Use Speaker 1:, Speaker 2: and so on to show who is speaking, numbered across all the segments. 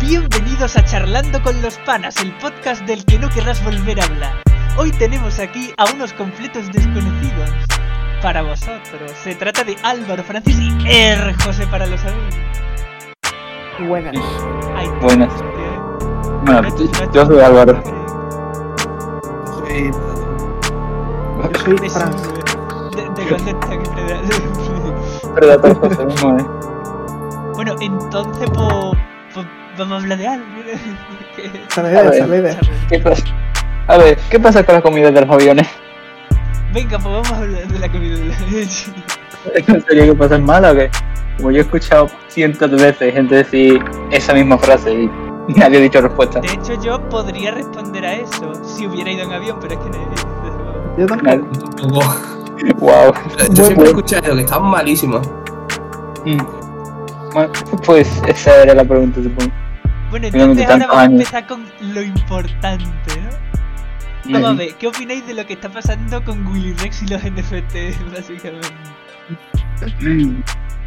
Speaker 1: Bienvenidos a Charlando con los Panas, el podcast del que no querrás volver a hablar. Hoy tenemos aquí a unos completos desconocidos. Para vosotros, se trata de Álvaro Francis y R. José para los amigos.
Speaker 2: Buenas.
Speaker 1: Ay, eh,
Speaker 3: Buenas.
Speaker 1: tío.
Speaker 3: Bueno, yo- yo soy Álvaro.
Speaker 4: Sí,
Speaker 2: Yo soy
Speaker 1: Eres
Speaker 2: Fran.
Speaker 1: un- eh, De, de concepto que preda-
Speaker 3: Predator José mismo, ¿eh?
Speaker 1: Bueno, entonces, po, po- vamos a hablar de algo. Que-
Speaker 2: Sale
Speaker 3: A
Speaker 2: idea,
Speaker 3: ver.
Speaker 2: sale idea.
Speaker 3: ¿Qué pasa? A ver, ¿qué pasa con la comida de los aviones?
Speaker 1: Venga, pues vamos a hablar de la comida.
Speaker 3: ¿En serio que pasan mal o qué? Como yo he escuchado cientos de veces gente decir esa misma frase y nadie ha dicho respuesta.
Speaker 1: De hecho, yo podría responder a eso si hubiera ido en avión, pero es que no.
Speaker 2: Yo
Speaker 3: Nadie-
Speaker 2: tampoco.
Speaker 4: tampoco.
Speaker 3: Wow.
Speaker 4: Eh, Yo siempre
Speaker 3: bueno.
Speaker 4: escuché eso, que están malísimos.
Speaker 3: Mm. Bueno, Pues esa era la pregunta, supongo.
Speaker 1: Bueno,
Speaker 3: Mira,
Speaker 1: entonces ahora
Speaker 3: tantos
Speaker 1: vamos a
Speaker 3: años.
Speaker 1: empezar con lo importante, ¿no? Vamos a ver, ¿qué opináis de lo que está pasando con Willy Rex y los NFT, básicamente?
Speaker 3: Mm.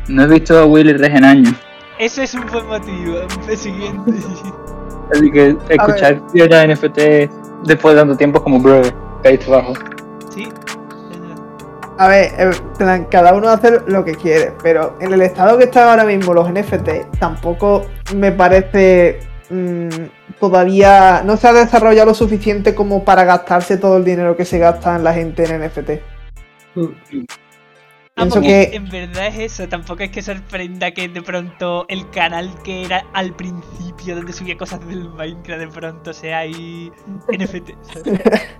Speaker 3: No he visto a Willy Rex en años,
Speaker 1: Eso es un buen motivo, el siguiente.
Speaker 3: así que escuchar la NFT después de tanto tiempo es como bro, caíste bajo.
Speaker 1: ¿Sí?
Speaker 2: A ver, eh, plan, cada uno hace lo que quiere, pero en el estado que están ahora mismo los NFT, tampoco me parece mm, todavía no se ha desarrollado lo suficiente como para gastarse todo el dinero que se gasta en la gente en NFT.
Speaker 1: Ah,
Speaker 2: Pienso
Speaker 1: porque
Speaker 2: que-
Speaker 1: en verdad es eso, tampoco es que sorprenda que de pronto el canal que era al principio donde subía cosas del Minecraft de pronto sea ahí NFT. ¿sabes?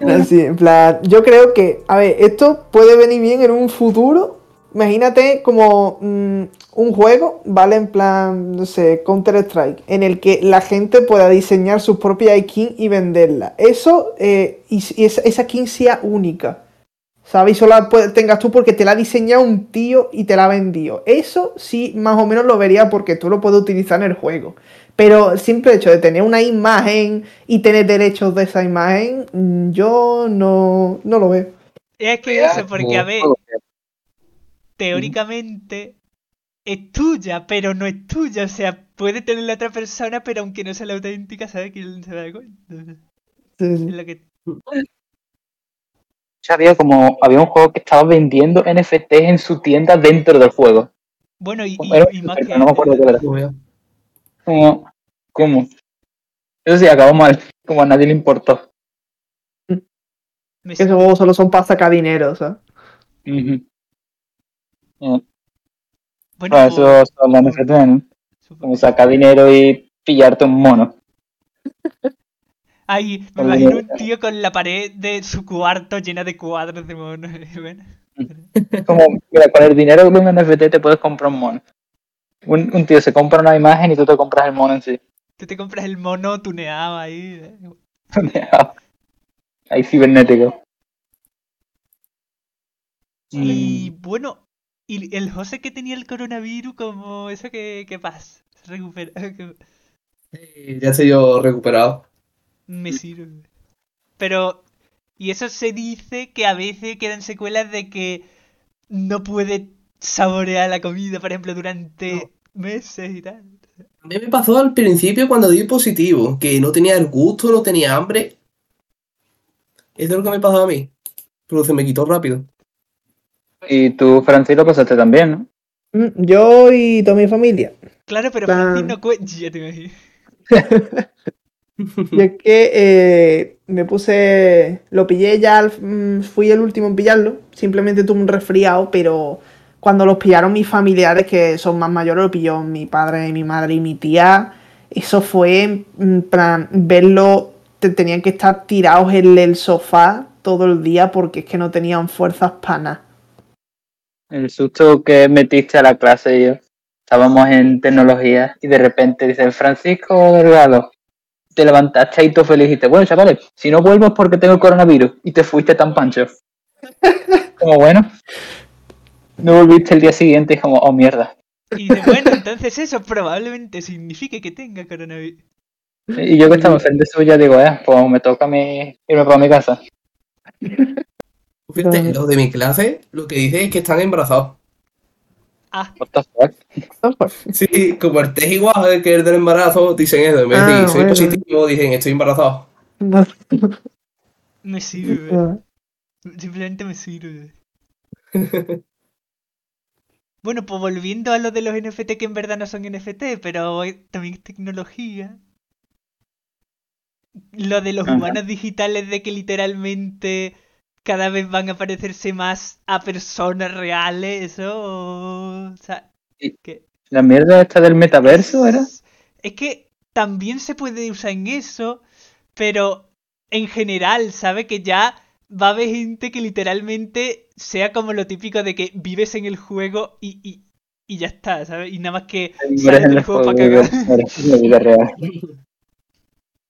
Speaker 2: No, sí, en plan, yo creo que, a ver, esto puede venir bien en un futuro. Imagínate como mm, un juego, ¿vale? En plan, no sé, Counter-Strike, en el que la gente pueda diseñar su propia skin y venderla. Eso, eh, y, y esa, esa skin sea única. ¿Sabes? Y solo la puede- tengas tú porque te la ha diseñado un tío y te la ha vendido. Eso sí, más o menos lo vería porque tú lo puedes utilizar en el juego. Pero el simple hecho de tener una imagen y tener derechos de esa imagen, mm, yo no, no lo veo.
Speaker 1: Es que eso, porque a ver, teóricamente es tuya, pero no es tuya. O sea, puede tener la otra persona, pero aunque no sea la auténtica, sabe quién se da cuenta. Es
Speaker 2: Sí, sí.
Speaker 1: lo que...
Speaker 3: Ya había como había un juego que estaba vendiendo NFTs en su tienda dentro del juego.
Speaker 1: Bueno, y,
Speaker 3: Era un
Speaker 1: y- y más
Speaker 3: super,
Speaker 1: que...
Speaker 3: no me acuerdo qué era. Como, ¿Cómo? Eso sí acabó mal, como a nadie le importó.
Speaker 1: me
Speaker 2: Que esos juegos solo son para sacar dinero, ¿sabes?
Speaker 3: Ujú.
Speaker 1: Bueno,
Speaker 3: Bueno,
Speaker 1: pues,
Speaker 3: Ah, eso son las NFTs, ¿no?
Speaker 1: supongo.
Speaker 3: Como sacar dinero y pillarte un mono.
Speaker 1: Ay, me
Speaker 3: Con la
Speaker 1: imagino un
Speaker 3: mierda.
Speaker 1: tío con la pared de su cuarto llena de cuadros de mono. bueno.
Speaker 3: Es Como, mira, con el dinero de un NFT te puedes comprar un mono. Un, un tío se compra una imagen y tú te compras el mono en sí.
Speaker 1: Tú te compras el mono tuneado ahí. eh.
Speaker 3: Mm. Ahí cibernético. Mm,
Speaker 1: Y bueno, y el José que tenía el coronavirus, como eso que, que pasa. Se recupera. que
Speaker 4: Ya estoy yo recuperado.
Speaker 1: Me sirve. Pero, y eso se dice que a veces quedan secuelas de que no puede saborear la comida, por ejemplo, durante meses y tal.
Speaker 4: A mí me pasó al principio cuando di positivo, que no tenía el gusto, no tenía hambre. Eso es lo que me pasó a mí. Pero se me quitó rápido.
Speaker 3: Y tú, Francis, lo pasaste también, ¿no?
Speaker 2: Mm, Yo y toda mi familia.
Speaker 1: Claro, pero
Speaker 2: Plan.
Speaker 1: Francis no cuenta. Ya te imagino.
Speaker 2: Y es que eh, me puse. Lo pillé ya, al- mm, fui el último en pillarlo. Simplemente tuve un resfriado, pero cuando los pillaron mis familiares, que son más mayores, lo pilló mi padre, mi madre y mi tía. Eso fue, en plan, verlo. te- tenían que estar tirados en el sofá todo el día porque es que no tenían fuerzas panas.
Speaker 3: El susto que metiste a la clase y yo. Estábamos en tecnología y de repente dicen, Francisco Delgado, te levantaste y tú feliz y dijiste, bueno, chavales, si no vuelvo es porque tengo coronavirus y te fuiste tan pancho. como bueno. No volviste el día siguiente y como, oh mierda.
Speaker 1: Y dice, bueno, entonces eso probablemente signifique que tenga coronavirus.
Speaker 3: Y yo que estaba frente suya digo, eh, pues me toca a mí irme para mi casa.
Speaker 4: Fíjate, los de mi clase lo que dicen es que están embarazados.
Speaker 1: Ah,
Speaker 3: What the fuck?
Speaker 2: What the fuck?
Speaker 4: Sí, como el test igual que el del embarazo, dicen eso. En vez de
Speaker 2: Ah,
Speaker 4: soy
Speaker 2: bueno.
Speaker 4: positivo, dicen estoy embarazado.
Speaker 2: No,
Speaker 1: Me sirve.
Speaker 2: no.
Speaker 1: Simplemente me sirve. Bueno, pues volviendo a lo de los NFT que en verdad no son NFT, pero es- también es tecnología. Lo de los
Speaker 3: Ajá.
Speaker 1: humanos digitales de que literalmente cada vez van a parecerse más a personas reales, eso... o sea,
Speaker 3: La mierda esta del metaverso era.
Speaker 1: es- Es que también se puede usar en eso, pero en general, ¿sabe? Que ya va a haber gente que literalmente sea como lo típico de que vives en el juego y, y, y ya está, ¿sabes? Y nada más que sales
Speaker 3: en
Speaker 1: del
Speaker 3: los
Speaker 1: juego
Speaker 3: juegos
Speaker 1: para
Speaker 3: de
Speaker 1: pues, cagar.
Speaker 3: verdad, en la vida real.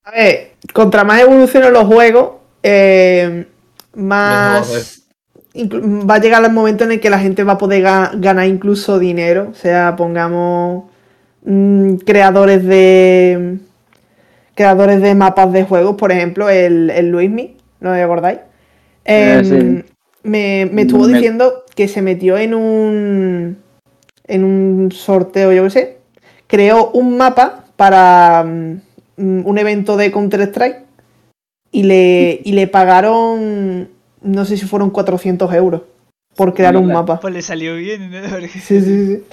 Speaker 2: A ver, contra más evolucionan los juegos, eh,
Speaker 4: Mejor,
Speaker 2: más
Speaker 3: eh.
Speaker 2: inclu- va a llegar el momento en el que la gente va a poder ga- ganar incluso dinero. O sea, pongamos mm, creadores de creadores de mapas de juegos, por ejemplo, el, el Luismi, ¿no os acordáis?
Speaker 3: Ah, sí.
Speaker 2: Em, me, me estuvo
Speaker 3: Me-
Speaker 2: diciendo que se metió en un en un sorteo, yo qué sé, creó un mapa para mm, mm, un evento de Counter-Strike y le, y le pagaron, no sé si fueron 400 euros por crear un
Speaker 3: Mierda.
Speaker 2: mapa.
Speaker 1: Pues le salió bien, ¿no? Porque-
Speaker 2: Sí, sí, sí.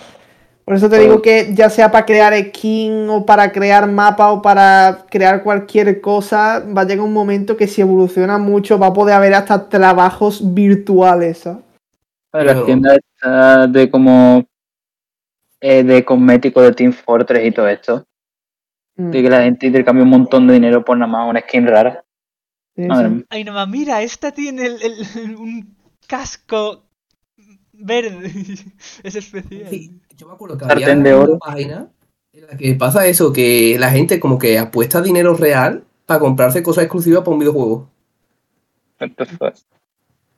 Speaker 2: Por eso te digo que ya sea para crear skin o para crear mapa o para crear cualquier cosa, va a llegar un momento que si evoluciona mucho va a poder haber hasta trabajos virtuales. ¿sabes?
Speaker 3: Bueno, Las
Speaker 4: Pero-
Speaker 3: tiendas estas de como. eh, de cosméticos de Team Fortress y todo esto.
Speaker 2: Mm.
Speaker 3: De que la gente intercambia un montón de dinero por nada más una skin rara.
Speaker 2: Sí, sí.
Speaker 3: Madre mía.
Speaker 1: Ay, nomás, mira, esta tiene el- el- un casco verde. Es especial.
Speaker 4: Sí, yo me acuerdo que
Speaker 3: Sartén
Speaker 4: había
Speaker 3: de oro.
Speaker 4: una página en la que pasa eso, que la gente como que apuesta dinero real para comprarse cosas exclusivas para un videojuego.
Speaker 3: What the fuck.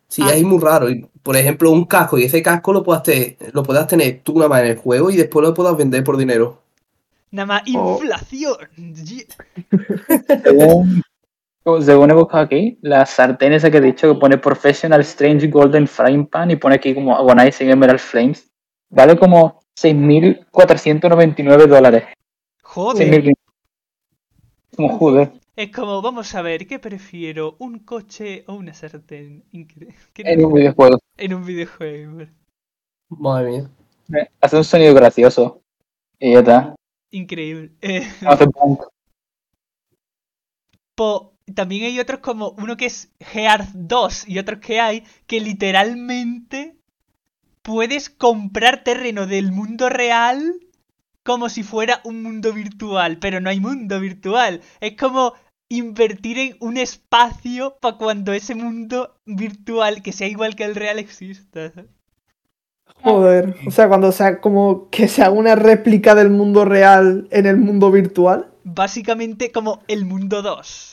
Speaker 4: Sí,
Speaker 1: Ah.
Speaker 4: es muy raro. Y, Por ejemplo, un casco, y ese casco lo puedas, te- lo puedas tener tú nada más en el juego y después lo puedas vender por dinero.
Speaker 1: Nada más,
Speaker 2: Oh.
Speaker 1: inflación. Yeah.
Speaker 3: Según, según he buscado aquí, la sartén esa que he dicho que pone Professional Strange Golden Frying Pan y pone aquí como Agonizing Emerald Flames, vale como 6.499 dólares.
Speaker 1: Joder.
Speaker 3: 6.000. Como joder.
Speaker 1: Es como, vamos a ver, ¿qué prefiero? ¿Un coche o una sartén? Incre- ¿Qué-
Speaker 3: En un videojuego.
Speaker 1: en un videojuego.
Speaker 4: Madre mía.
Speaker 3: Eh, Hace un sonido gracioso. Y ya está.
Speaker 1: Increíble. Eh,
Speaker 3: Hace punk.
Speaker 1: po- también hay otros como uno que es Gear 2 y otros que hay que literalmente puedes comprar terreno del mundo real como si fuera un mundo virtual, pero no hay mundo virtual. Es como invertir en un espacio para cuando ese mundo virtual que sea igual que el real exista.
Speaker 2: Joder. O sea, cuando sea como que se haga una réplica del mundo real en el mundo virtual.
Speaker 1: Básicamente como el mundo 2.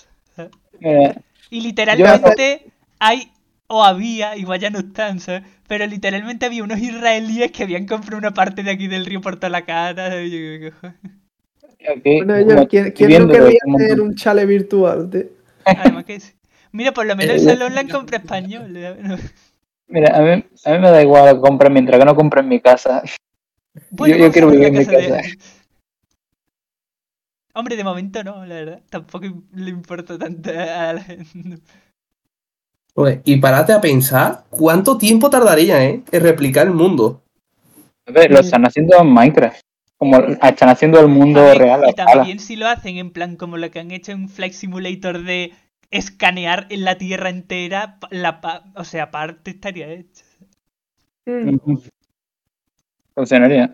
Speaker 3: Eh,
Speaker 1: Y literalmente hay, o había, igual ya no están, ¿sabes? Pero literalmente había unos israelíes que habían comprado una parte de aquí del río por toda la cara. y yo, "Ojo".
Speaker 3: aquí,
Speaker 2: Bueno,
Speaker 3: Eh, como
Speaker 2: yo, ¿quién,
Speaker 3: estoy
Speaker 2: quién no
Speaker 3: viendo,
Speaker 2: querría
Speaker 3: como-
Speaker 2: tener un chale virtual? tío?
Speaker 1: Además que sí. Mira, por lo menos el
Speaker 3: Eh,
Speaker 1: salón la han comprado español. ¿eh? ¿sabes? No.
Speaker 3: Mira, a mí, a mí me da igual lo que compren mientras que no compren mi casa. yo
Speaker 1: vamos a
Speaker 3: quiero
Speaker 1: ver la
Speaker 3: vivir en mi
Speaker 1: de- Hombre, de momento no, la verdad. Tampoco le importa tanto a la gente.
Speaker 4: Oye, y parate a pensar cuánto tiempo tardaría ¿eh? en replicar el mundo.
Speaker 3: A ver,
Speaker 2: Mm.
Speaker 3: lo están haciendo en Minecraft. Como están haciendo el mundo
Speaker 1: A ver,
Speaker 3: real. a
Speaker 1: Y
Speaker 3: escala.
Speaker 1: también si lo hacen en plan como lo que han hecho en Flight Simulator de escanear en la Tierra entera, pa- la pa- o sea, parte estaría hecha.
Speaker 2: Mm.
Speaker 3: Ujú. Funcionaría.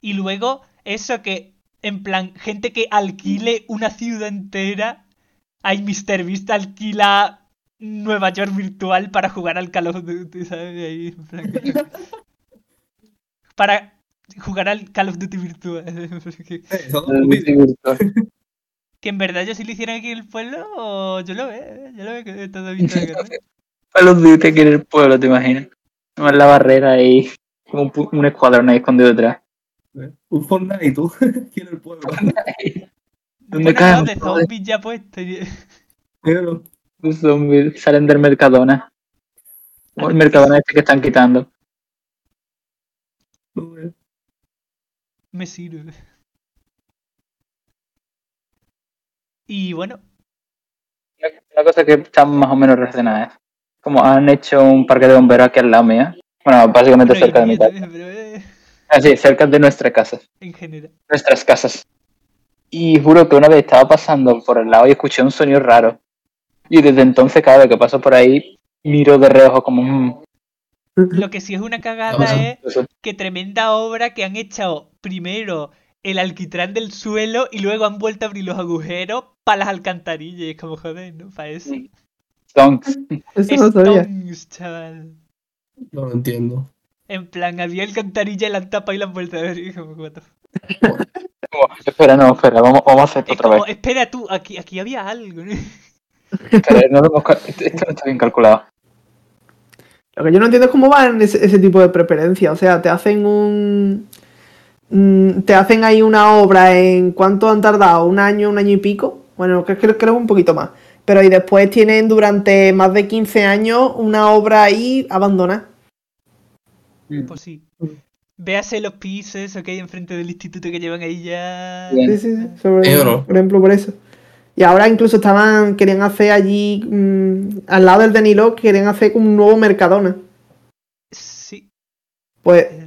Speaker 1: Y luego eso que en plan gente que alquile una ciudad entera, hay Mr. Beast alquila Nueva York virtual para jugar al Call of Duty, ¿sabes? Y ahí, en plan que- para jugar al Call of Duty virtual. porque-
Speaker 4: Eh,
Speaker 3: Eh,
Speaker 1: Que en verdad yo si lo hicieran aquí en el pueblo, yo lo veo, yo lo veo que todo visto de carne.
Speaker 3: A los Duty que en el pueblo, te imaginas. Nomás la barrera ahí. Como un, pu- un escuadrón ahí escondido detrás.
Speaker 4: Un Fortnite, tú, aquí en el pueblo.
Speaker 3: ¿Dónde
Speaker 1: Bueno, no,
Speaker 3: caen?
Speaker 1: de zombies ya puesto. y-
Speaker 4: Pero-
Speaker 3: Los zombies salen del Ah, Mercadona. Como el Mercadona este que están quitando.
Speaker 1: Me sirve. Y bueno,
Speaker 3: Una cosa que está más o menos relacionada es como han hecho un parque de bomberos aquí al lado mío. Bueno, básicamente
Speaker 1: bueno, y
Speaker 3: cerca de mi
Speaker 1: miedo,
Speaker 3: casa.
Speaker 1: eh, pero, eh,
Speaker 3: Así, cerca de nuestra casa.
Speaker 1: en general.
Speaker 3: nuestras casas. Y juro que una vez estaba pasando por el lado y escuché un sonido raro. Y desde entonces, cada vez que paso por ahí, miro de reojo como. "Mm,
Speaker 1: Lo que sí es una
Speaker 4: Vamos
Speaker 1: cagada
Speaker 4: a-
Speaker 1: es
Speaker 3: eso".
Speaker 1: que tremenda obra que han echado primero el alquitrán del suelo y luego han vuelto a abrir los agujeros para las alcantarillas. Es como joder, ¿no? Para eso.
Speaker 3: Sí. Stonks.
Speaker 5: Eso no lo sabía.
Speaker 1: Stones, chaval.
Speaker 4: No lo entiendo.
Speaker 1: En plan, había alcantarilla, la han tapado y la han vuelto a abrir. Es como, what the fuck.
Speaker 3: Como, espera, no, espera, vamos, vamos a hacer esto
Speaker 1: Es
Speaker 3: otra
Speaker 1: como,
Speaker 3: vez.
Speaker 1: espera tú, aquí, aquí había algo. ¿no?
Speaker 3: Espera, no lo hemos cal- esto esto no está bien calculado.
Speaker 2: Lo que yo no entiendo es cómo van ese, ese tipo de preferencias. O sea, te hacen un. mm, Te hacen ahí una obra en cuánto han tardado, un año, un año y pico. Bueno, creo que creo que un poquito más. Pero y después tienen durante más de 15 años una obra ahí abandonada.
Speaker 1: Pues sí. Véase los pisos esos que hay enfrente del instituto que llevan ahí ya.
Speaker 3: Bien.
Speaker 2: Sí, sí, sí, sobre-
Speaker 4: Eh, ¿o no?
Speaker 2: por ejemplo, por eso. Y ahora incluso estaban, querían hacer allí, mm, al lado del Danilo, querían hacer como un nuevo Mercadona.
Speaker 1: Sí.
Speaker 2: Pues
Speaker 1: eh,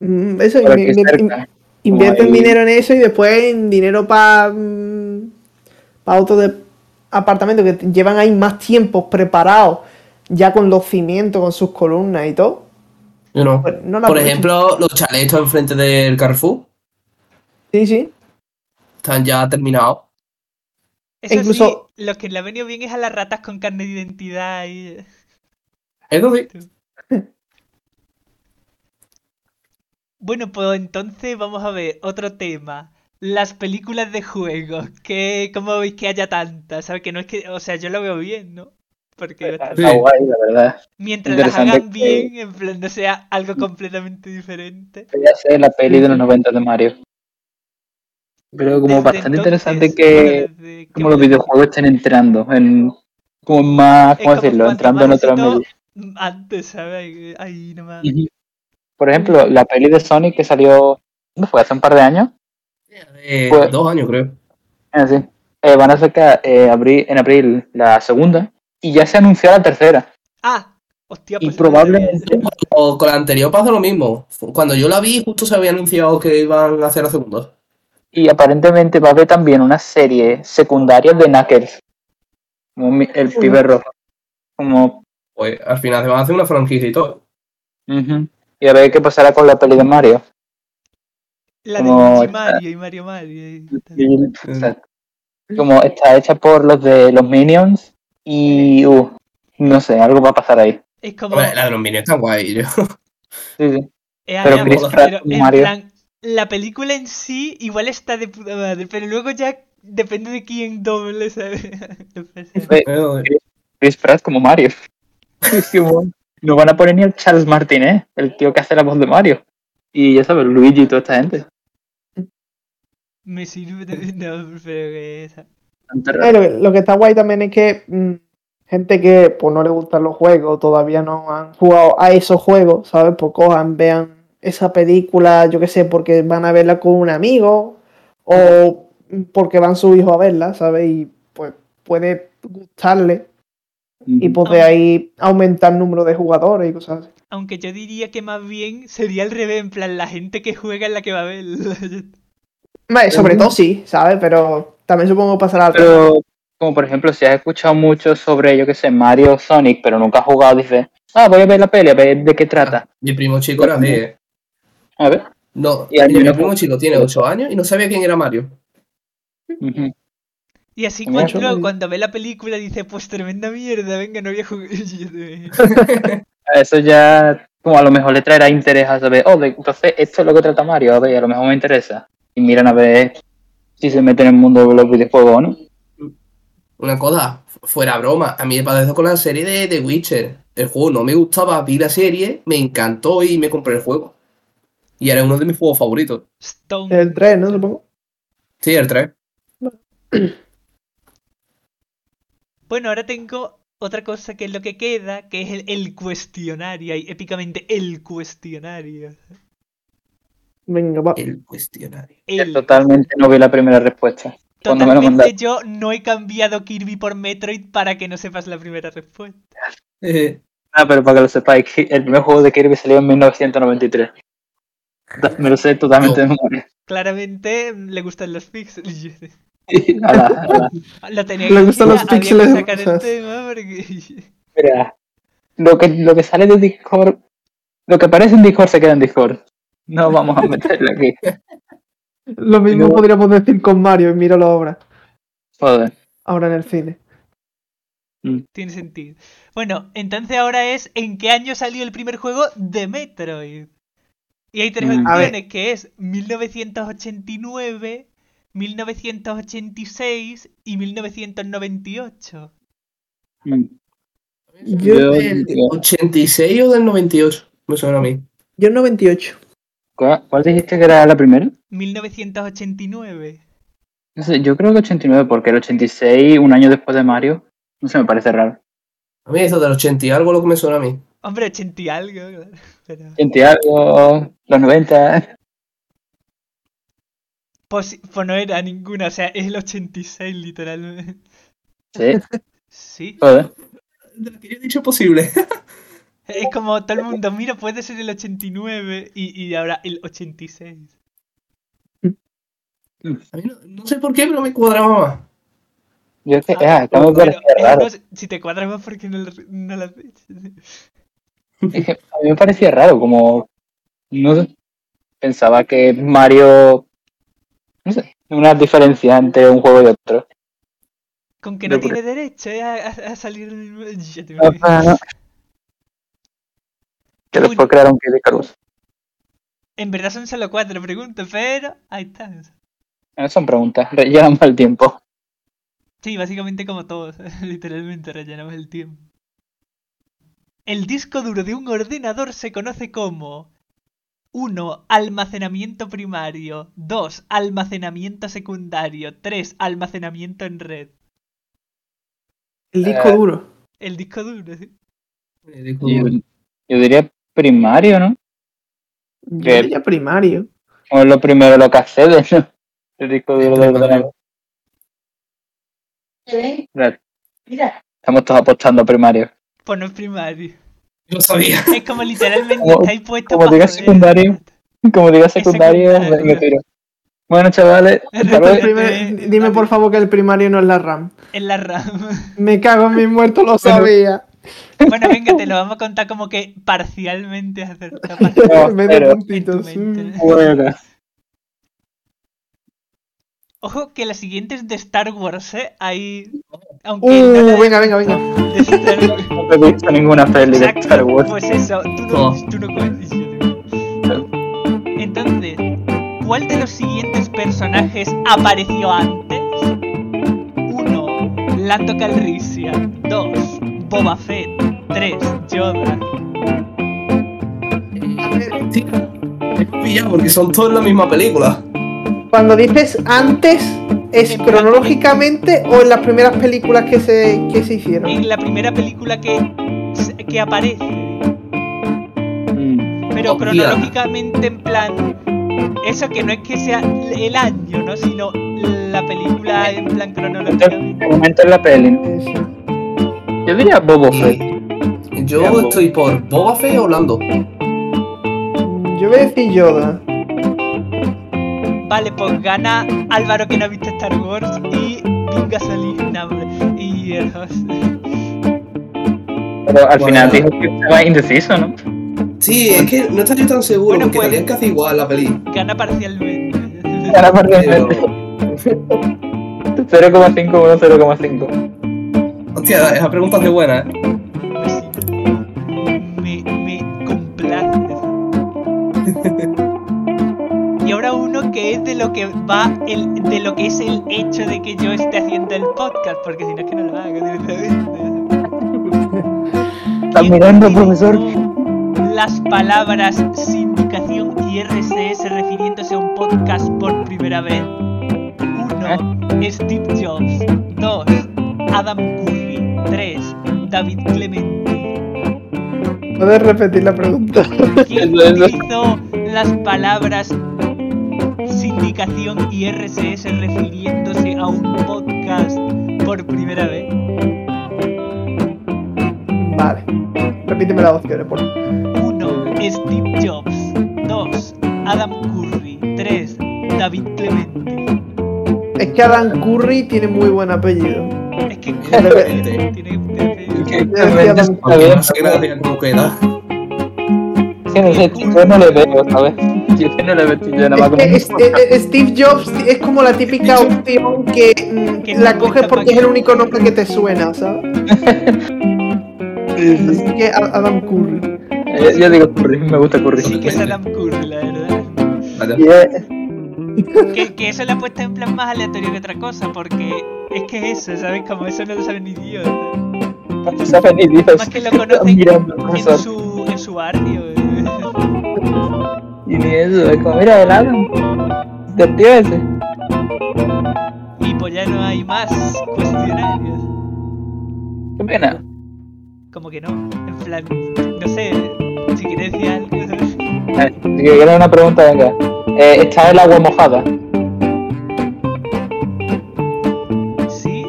Speaker 2: mm, eso,
Speaker 3: Por
Speaker 2: in-
Speaker 3: aquí
Speaker 2: in-
Speaker 3: cerca.
Speaker 2: invierten
Speaker 3: Como ahí.
Speaker 2: dinero en eso y después en dinero para para otro de apartamento que te- llevan ahí más tiempos preparados, ya con los cimientos, con sus columnas y todo.
Speaker 4: Yo no.
Speaker 2: Pues no la
Speaker 4: Por
Speaker 2: aprovechan.
Speaker 4: ejemplo, los chaletos enfrente del Carrefour
Speaker 2: Sí, sí.
Speaker 4: están ya terminados.
Speaker 1: Eso
Speaker 2: Incluso-
Speaker 1: sí, los que le ha venido bien es a las ratas con carne de identidad y.
Speaker 4: Eso sí.
Speaker 1: Bueno, pues entonces vamos a ver otro tema. Las películas de juegos. Que, ¿Cómo veis que haya tantas? ¿Sabes? Que no es que. O sea, yo lo veo bien, ¿no? Porque
Speaker 3: Está
Speaker 4: Sí.
Speaker 3: guay, la verdad.
Speaker 1: mientras las
Speaker 3: interesante
Speaker 1: hagan
Speaker 3: que-
Speaker 1: bien, en plan, no sea algo completamente diferente.
Speaker 3: Voy a hacer la peli de los 90 de Mario. Pero como
Speaker 1: Desde
Speaker 3: bastante interesante
Speaker 1: entonces,
Speaker 3: que
Speaker 1: bueno, desde que
Speaker 3: como los
Speaker 1: me-
Speaker 3: videojuegos estén entrando en como más,
Speaker 1: Es
Speaker 3: ¿cómo
Speaker 1: como
Speaker 3: decirlo?
Speaker 1: cuanto más
Speaker 3: Entrando en otro
Speaker 1: éxito,
Speaker 3: medio.
Speaker 1: Antes, ¿sabes? Ahí
Speaker 4: Ah,
Speaker 1: nomás.
Speaker 3: Ujú. Por ejemplo, la peli de Sonic que salió ¿cuándo fue hace un par de años.
Speaker 4: Eh,
Speaker 3: Pues-
Speaker 4: dos años, creo.
Speaker 3: Ah, sí. Eh, van a sacar eh, abri- en abril la segunda y ya se anunció la tercera.
Speaker 1: Ah, hostia,
Speaker 3: Y
Speaker 1: pues no lo sabía.
Speaker 3: probablemente
Speaker 4: O con la anterior pasa lo mismo. Cuando yo la vi, justo se había anunciado que iban a hacer la segunda.
Speaker 3: y aparentemente va a haber también una serie secundaria de Knuckles. Como mi- el pibe rojo. Como
Speaker 4: Pues al final se van a hacer una franquicia y todo.
Speaker 3: ujú. y a ver qué pasará con la peli de Mario.
Speaker 1: La de
Speaker 3: como
Speaker 1: Luigi
Speaker 3: esta-
Speaker 1: Mario y Mario Mario. y tal.
Speaker 3: Y- o sea, como está hecha por los de los Minions y uh, no sé, algo va a pasar ahí.
Speaker 1: Es como.
Speaker 4: Hombre, la de los minions está guay. yo.
Speaker 3: Sí, sí.
Speaker 1: Eh,
Speaker 3: Pero
Speaker 1: ya,
Speaker 3: Chris
Speaker 1: pero
Speaker 3: Pratt como
Speaker 1: en
Speaker 3: Mario.
Speaker 1: plan, la película en sí igual está de puta madre, pero luego ya depende de quién doble, ¿sabes? Lo que sea.
Speaker 3: Ve,
Speaker 4: Eso sí.
Speaker 3: Chris Pratt como Mario. no van a poner ni al Charles Martin, ¿eh? El tío que hace la voz de Mario. Y ya sabes, Luigi y toda esta gente.
Speaker 1: Me sirve también, no, pero que esa.
Speaker 3: Tanto
Speaker 2: Eh,
Speaker 3: raro.
Speaker 2: lo, que, lo que está guay también es que mm, gente que pues no le gustan los juegos, todavía no han jugado a esos juegos, ¿sabes? Pues cojan, vean esa película, yo qué sé, porque van a verla con un amigo o porque van su hijo a verla, ¿sabes? Y pues puede gustarle y pues de ahí aumentar el número de jugadores y cosas así.
Speaker 1: Aunque yo diría que más bien sería al revés, en plan, la gente que juega es la que va a ver.
Speaker 2: Hombre, sobre todo sí, ¿sabes? Pero también supongo que pasará al revés.
Speaker 3: Pero, como por ejemplo, si has escuchado mucho sobre, yo qué sé, Mario Sonic, pero nunca has jugado, dices, ah, voy a ver la peli, a ver de qué trata.
Speaker 4: Mi primo chico era de.
Speaker 3: A ver.
Speaker 4: No,
Speaker 3: Y al
Speaker 4: mira, mi
Speaker 3: menos-
Speaker 4: primo chico tiene 8 años y no sabía quién era Mario.
Speaker 3: Ujú.
Speaker 1: Y así
Speaker 3: También
Speaker 1: cuando,
Speaker 2: yo-
Speaker 1: cuando ve la película dice, pues tremenda mierda, venga, no voy a jugar. Yo también.
Speaker 3: Eso ya, como a lo mejor le traerá interés a saber, oh, de- entonces esto es lo que trata Mario, a ver, a lo mejor me interesa. Y miran a ver si se meten en el mundo de los videojuegos o no.
Speaker 4: Una cosa, fuera broma, a mí me pasó con la serie de The Witcher. El juego no me gustaba, vi la serie, me encantó y me compré el juego. Y era uno de mis juegos favoritos.
Speaker 1: Stone.
Speaker 2: El 3, ¿no? Supongo.
Speaker 4: Sí, el 3.
Speaker 1: Bueno, ahora tengo otra cosa que es lo que queda, que es el, el cuestionario, ahí, épicamente el cuestionario.
Speaker 2: Venga, va.
Speaker 4: El cuestionario.
Speaker 3: Yo
Speaker 1: El-
Speaker 3: Totalmente no vi la primera respuesta. Cuando me lo
Speaker 1: Totalmente
Speaker 3: mandaste.
Speaker 1: yo no he cambiado Kirby por Metroid para que no sepas la primera respuesta.
Speaker 4: Eh,
Speaker 3: Ah, pero para que lo sepáis, que el primer juego de Kirby salió en 1993. Ta- Me lo sé totalmente de memoria.
Speaker 1: Claramente mm, le gustan los pixels.
Speaker 3: Ala, ala.
Speaker 1: "Ah, Lo tenía
Speaker 2: Le
Speaker 1: que
Speaker 2: gustan los
Speaker 1: había que
Speaker 2: píxeles
Speaker 1: sacar el
Speaker 2: rosas.
Speaker 1: tema porque-
Speaker 3: Mira, lo que, lo que sale de Discord, lo que aparece en Discord se queda en Discord. No vamos a meterlo aquí.
Speaker 2: Lo mismo
Speaker 3: Luego-
Speaker 2: podríamos decir con Mario y míralo ahora.
Speaker 3: Joder.
Speaker 2: Ahora en el cine.
Speaker 1: Tiene sentido. Bueno, entonces ahora es en qué año salió el primer juego de Metroid. Y hay tres
Speaker 3: Mm.
Speaker 2: A ver.
Speaker 1: opciones, que es 1989, 1986 y 1998.
Speaker 3: Mm.
Speaker 2: Yo-
Speaker 4: ¿Del
Speaker 3: yo-
Speaker 4: 86 o del 98? Me suena a mí.
Speaker 2: Yo en 98.
Speaker 3: ¿Cuál, cuál dijiste que era la primera?
Speaker 1: 1989.
Speaker 3: No sé, yo creo que 89, porque el 86, un año después de Mario, no sé, me parece raro.
Speaker 4: A mí eso del 80 y algo lo que me suena a mí.
Speaker 1: Hombre, 80 y algo, claro, pero-
Speaker 3: 80 y algo, los 90.
Speaker 1: Pues, pues no era ninguna, o sea, es el 86 literalmente.
Speaker 3: Sí,
Speaker 1: Sí,
Speaker 3: joder.
Speaker 4: De lo que yo he dicho posible.
Speaker 1: es como todo el mundo, mira, puede ser el 89 y, y ahora el 86.
Speaker 4: A mí no, no sé por qué, pero me cuadraba más.
Speaker 3: Yo es que,
Speaker 1: Ah,
Speaker 3: ah, estamos
Speaker 1: bueno, eso
Speaker 3: raro.
Speaker 1: no es- si te cuadras más porque no, lo- no lo has dicho.
Speaker 3: Es que a mí me parecía raro, como. No sé, Pensaba que Mario. No sé, una diferencia entre un juego y otro.
Speaker 1: Con que no
Speaker 3: No, porque-
Speaker 1: tiene derecho eh, a, a- a salir del mismo- Ya te-
Speaker 3: Ajá, ¿no? Que
Speaker 1: Uy.
Speaker 3: después crearon Kirby Carlos.
Speaker 1: En verdad son solo cuatro preguntas, pero ahí están.
Speaker 3: Son preguntas, rellenan mal tiempo.
Speaker 1: Sí, básicamente como todos, literalmente rellenamos el tiempo. El disco duro de un ordenador se conoce como 1. Almacenamiento primario 2. Almacenamiento secundario 3. Almacenamiento en red.
Speaker 2: El disco
Speaker 3: Eh.
Speaker 2: duro.
Speaker 1: El disco duro, sí.
Speaker 4: Eh, digo,
Speaker 3: Yo, yo diría primario, ¿no?
Speaker 2: Yo
Speaker 3: Eh.
Speaker 2: diría primario.
Speaker 3: O es lo primero lo que accede, ¿no? El disco duro del ordenador. Claro. Estamos todos apostando a primario.
Speaker 1: Pues no es primario.
Speaker 4: Yo sabía.
Speaker 1: Es como literalmente
Speaker 3: Como-
Speaker 1: estáis puestos
Speaker 3: como
Speaker 1: pa'
Speaker 3: digas
Speaker 1: joder.
Speaker 3: secundario. Como diga secundario,
Speaker 1: secundario.
Speaker 3: me, me tiro. Bueno, chavales, hasta
Speaker 2: El
Speaker 3: luego.
Speaker 2: primer- dime por favor que el primario no es la RAM.
Speaker 1: En la RAM.
Speaker 2: Me cago en mis muertos, lo sabía.
Speaker 1: Bueno, venga, te lo vamos a contar como que parcialmente acertado.
Speaker 3: No,
Speaker 2: Medio
Speaker 3: pero-
Speaker 2: puntito, sí.
Speaker 3: Bueno,
Speaker 1: Ojo que la siguiente es de Star Wars, ¿eh? Ahí. Aunque no la-
Speaker 2: Uh, venga, venga, venga.
Speaker 1: de Star Wars.
Speaker 3: no te he visto ninguna peli de Star
Speaker 1: Exacto,
Speaker 3: Wars.
Speaker 1: pues eso, tú no,
Speaker 4: No.
Speaker 1: tú no cuentas. Entonces, ¿cuál de los siguientes personajes apareció antes? 1. Lando Calrissian 2. Boba Fett 3. Yoda
Speaker 4: A ver, tío. Me he pillado porque son todos en la misma película.
Speaker 2: Cuando dices antes, ¿es cronológicamente o en las primeras películas que se, que se hicieron?
Speaker 1: en la primera película que, que aparece.
Speaker 3: Mm,
Speaker 1: Pero
Speaker 4: Hostia.
Speaker 1: cronológicamente en plan... Eso que no es que sea el año, ¿no? Sino la película en plan cronológicamente.
Speaker 3: Momento en la peli.
Speaker 2: Eso.
Speaker 3: Yo diría Bobo
Speaker 4: Mm.
Speaker 3: Fett.
Speaker 4: Y Yo
Speaker 3: Ya, Bob.
Speaker 4: estoy por Boba Fett o Lando.
Speaker 2: Mm, Yo voy a decir Yoda.
Speaker 1: Vale, pues gana Álvaro que no ha visto Star Wars y Pinga Solina y eh, el host.
Speaker 3: Pero al
Speaker 4: Bueno.
Speaker 3: final dijo que estaba indeciso, ¿no?
Speaker 4: Sí, es que no estaría tan seguro
Speaker 1: Bueno,
Speaker 4: porque
Speaker 1: pues.
Speaker 4: salían casi igual la peli.
Speaker 1: gana parcialmente.
Speaker 3: Era porque
Speaker 4: Pero-
Speaker 3: 0,5, 1, 0,5.
Speaker 4: Hostia, esa pregunta es buena, ¿eh?
Speaker 1: Así. Me, me complaces. Y ahora uno que es de lo que va el, de lo que es el hecho de que yo esté haciendo el podcast, porque si no es que no lo hago directamente.
Speaker 3: Están mirando, profesor.
Speaker 1: Las palabras sindicación y RSS refiriéndose a un podcast por primera vez. 1.
Speaker 3: ¿Eh?
Speaker 1: Steve Jobs. 2. Adam Curry. 3. David Clemente.
Speaker 2: Puedes repetir la pregunta.
Speaker 1: ¿Quién
Speaker 3: Eso, eso.
Speaker 1: utilizó con las palabras sindicación y RCS refiriéndose a un podcast por primera vez?
Speaker 2: Vale. Repíteme las opciones, por favor.
Speaker 1: 1. Steve Jobs. 2. Adam Curry. 3. David Clemente.
Speaker 2: Es que Adam Curry tiene muy buen apellido.
Speaker 1: Es que Clemente tiene este que
Speaker 3: Que
Speaker 2: Yo decía
Speaker 3: realmente
Speaker 2: Adam
Speaker 3: está bien.
Speaker 4: no sé qué edad como que edad.
Speaker 3: Es que no sé, yo no le veo, ¿sabes? Yo es que no le veo, yo nada más como...
Speaker 2: Es que es- es- es- Steve Jobs es como la típica opción que mm,
Speaker 1: Que
Speaker 2: la
Speaker 1: no
Speaker 2: coges
Speaker 1: cuenta
Speaker 2: porque
Speaker 1: para
Speaker 2: es el
Speaker 1: qué.
Speaker 2: único nombre que te suena, ¿sabes?
Speaker 1: este-
Speaker 2: Así que A- Adam Curry.
Speaker 3: Yo, Eh, yo digo curry, me gusta curry.
Speaker 1: Sí que es Adam Curry, la verdad.
Speaker 4: Vale.
Speaker 3: Y es-
Speaker 1: Que, que eso la puesta en plan más aleatorio que otra cosa, porque es que es eso, ¿sabes? Como eso no lo saben ni Dios.
Speaker 3: no se sabe ni Dios.
Speaker 1: Más que lo conocen
Speaker 3: Mirando,
Speaker 1: En su, en su barrio. eh.
Speaker 3: Y ni eso, es como, mira, el Adam. Del tío ese.
Speaker 1: Y pues ya no hay más cuestionarios.
Speaker 3: Qué pena.
Speaker 1: Como que no. En plan, no sé, si quieres decir algo.
Speaker 3: A ver, Si quieres una pregunta, venga. Eh, ¿Está el agua mojada?
Speaker 1: Sí,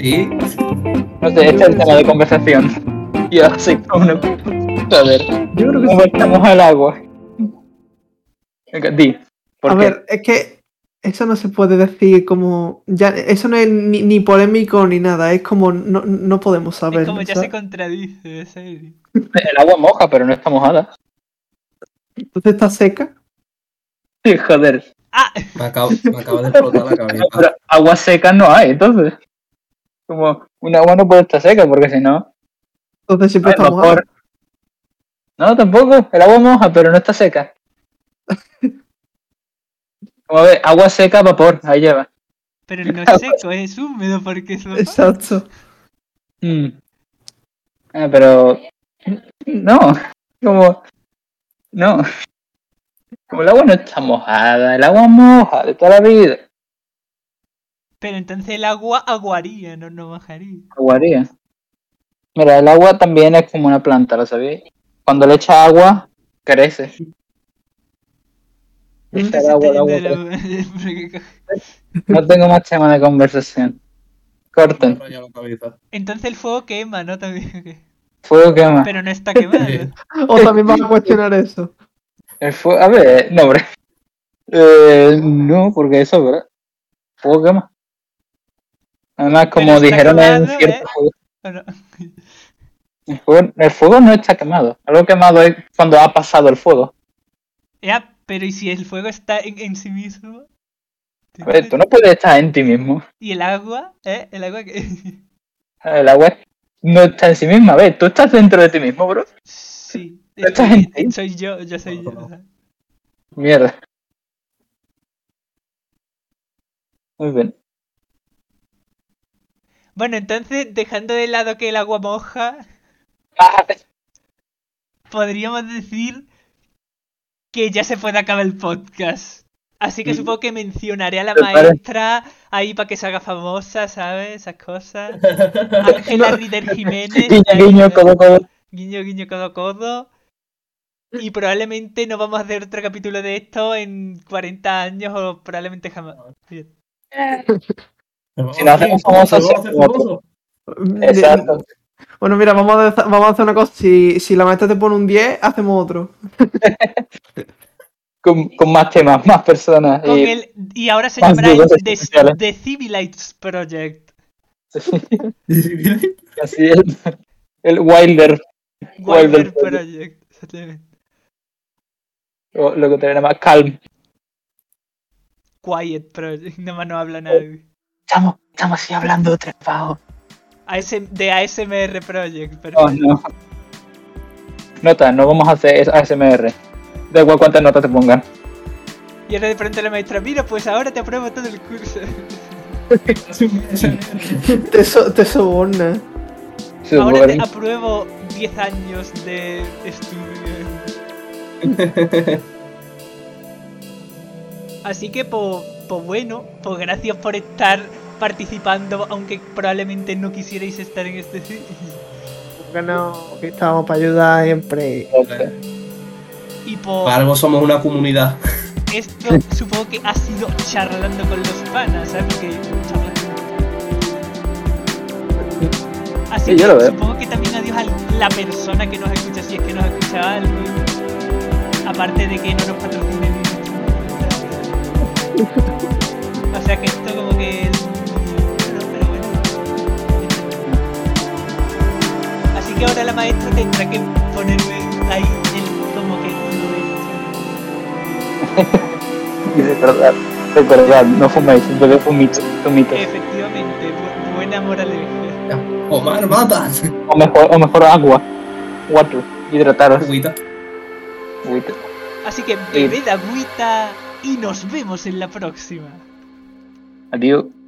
Speaker 4: Y
Speaker 3: No sé, este es el tema de conversación. Yo así como una... A ver,
Speaker 2: Yo creo que
Speaker 3: ¿cómo está mojada el agua? Venga, di. ¿por
Speaker 2: A
Speaker 3: qué?
Speaker 2: ver, es que eso no se puede decir como. ya Eso no es ni, ni polémico ni nada, es como no, no podemos saber.
Speaker 1: es como ya se contradice, en serio.
Speaker 3: El agua moja, pero no está mojada.
Speaker 2: Entonces está seca.
Speaker 3: Sí, joder.
Speaker 1: Ah,
Speaker 4: me acabo, me acaba de explotar la
Speaker 3: No,
Speaker 4: cabeza.
Speaker 3: pero agua seca no hay, entonces. Como, un agua no puede estar seca, porque si no...
Speaker 2: Entonces siempre
Speaker 3: Ay,
Speaker 2: está mojada.
Speaker 3: vapor. No, tampoco. El agua moja, pero no está seca. Como ve, agua seca, vapor. Ahí lleva.
Speaker 1: pero no es seco, es húmedo porque es vapor.
Speaker 2: Exacto.
Speaker 3: Mm. Ah, pero. No. Como. No. Como el agua no está mojada. El agua moja de toda la vida.
Speaker 1: Pero entonces el agua aguaría, no, no bajaría.
Speaker 3: Aguaría. Mira, el agua también es como una planta, ¿lo sabéis? Cuando le echa agua, crece. Le
Speaker 1: Esto
Speaker 3: echa el
Speaker 1: se
Speaker 3: agua,
Speaker 1: está
Speaker 3: el agua,
Speaker 1: yendo de
Speaker 3: crece.
Speaker 1: la-
Speaker 3: No tengo más tema de conversación.
Speaker 4: Me ha
Speaker 3: Corten.
Speaker 4: rayado la cabeza.
Speaker 1: Entonces el fuego quema, ¿no? También.
Speaker 3: Fuego quema.
Speaker 1: Pero no está quemado.
Speaker 4: Sí.
Speaker 2: O también vas a cuestionar eso.
Speaker 3: El fue- A ver, no, hombre. Eh, no, porque eso, ¿verdad? Fuego quema. Además, como
Speaker 1: está
Speaker 3: dijeron en
Speaker 1: quemado,
Speaker 3: cierto
Speaker 1: ¿eh?
Speaker 3: juego,
Speaker 1: ¿O no?
Speaker 3: el fuego, el fuego no está quemado. Algo quemado es cuando ha pasado el fuego.
Speaker 1: Ya, pero ¿y si el fuego está en, en sí mismo?
Speaker 3: A ver, tú no puedes estar en ti mismo.
Speaker 1: ¿Y el agua? ¿Eh? ¿El agua que...?
Speaker 3: El agua no está en sí misma. A ver, tú estás dentro de ti mismo, bro.
Speaker 1: sí.
Speaker 3: Esta
Speaker 1: es que
Speaker 3: gente.
Speaker 1: Soy yo, yo soy yo. ¿sabes?
Speaker 3: Mierda. Muy bien.
Speaker 1: Bueno, entonces, dejando de lado que el agua moja,
Speaker 3: Ah,
Speaker 1: podríamos decir que ya se puede acabar el podcast. Así que
Speaker 3: Mm.
Speaker 1: supongo que mencionaré a la
Speaker 3: Me parece.
Speaker 1: maestra ahí para que se haga famosa, ¿sabes? Esas cosas. Ángela Rider Jiménez.
Speaker 3: guiño, guiño, codo, codo.
Speaker 1: Guiño, guiño, codo a codo. Y probablemente no vamos a hacer otro capítulo de esto en 40 años o probablemente jamás. Bien.
Speaker 4: Oh,
Speaker 3: Si lo hacemos famoso,
Speaker 4: ¿Lo vamos a hacer
Speaker 3: sí.
Speaker 4: famoso?
Speaker 3: Exacto.
Speaker 2: Bueno, mira, vamos a, deza- vamos a hacer una cosa. Si, si la maestra te pone un 10, hacemos otro.
Speaker 3: Con, con más temas, más personas.
Speaker 1: Con
Speaker 3: y-
Speaker 1: el- y ahora se
Speaker 3: Eh, más
Speaker 1: llamará
Speaker 3: dudas
Speaker 1: The,
Speaker 3: especiales.
Speaker 1: The Civilites Project.
Speaker 3: Así el, el Wilder,
Speaker 1: Wilder
Speaker 3: Wilder Project.
Speaker 1: Project. exactamente.
Speaker 3: o lo que tenía más calm.
Speaker 1: Quiet Project. Nada más no habla nadie.
Speaker 3: Estamos, estamos así hablando de trabajo.
Speaker 1: AS- The ASMR Project. Pero...
Speaker 3: No, no. Nota, no vamos a hacer es- ASMR. Da igual cuántas notas te pongan.
Speaker 1: Y ahora de pronto la maestra, mira, pues ahora te apruebo todo el curso.
Speaker 2: Te, so- te soborna.
Speaker 3: Se
Speaker 1: ahora te
Speaker 3: borra.
Speaker 1: apruebo 10 años de estudio. Así que, pues bueno, pues gracias por estar participando, aunque probablemente no quisierais estar en este sitio.
Speaker 2: Porque no, que estábamos para ayudar siempre.
Speaker 3: Nota.
Speaker 1: Y y por
Speaker 4: Para algo somos una comunidad.
Speaker 1: esto supongo que ha sido charlando con los panas, ¿sabes? Porque charlando. Así
Speaker 3: Sí, yo
Speaker 1: que
Speaker 3: lo veo.
Speaker 1: supongo que también adiós a la persona que nos escucha, si es que nos escucha alguien. Aparte de que no nos patrocinen. O sea que esto como que es... bueno, pero bueno. Así que ahora la maestra tendrá que ponerme ahí el como que lo de-
Speaker 3: Y recordad, recordad, no fuméis, bebé fumito, fumito.
Speaker 1: Efectivamente, bu- buena moraleja.
Speaker 4: Omar, mata.
Speaker 3: O mejor, o mejor agua. Water. Hidrataros.
Speaker 4: Agüita.
Speaker 3: Agüita.
Speaker 1: Así que bebed agüita y nos vemos en la próxima.
Speaker 3: Adiós.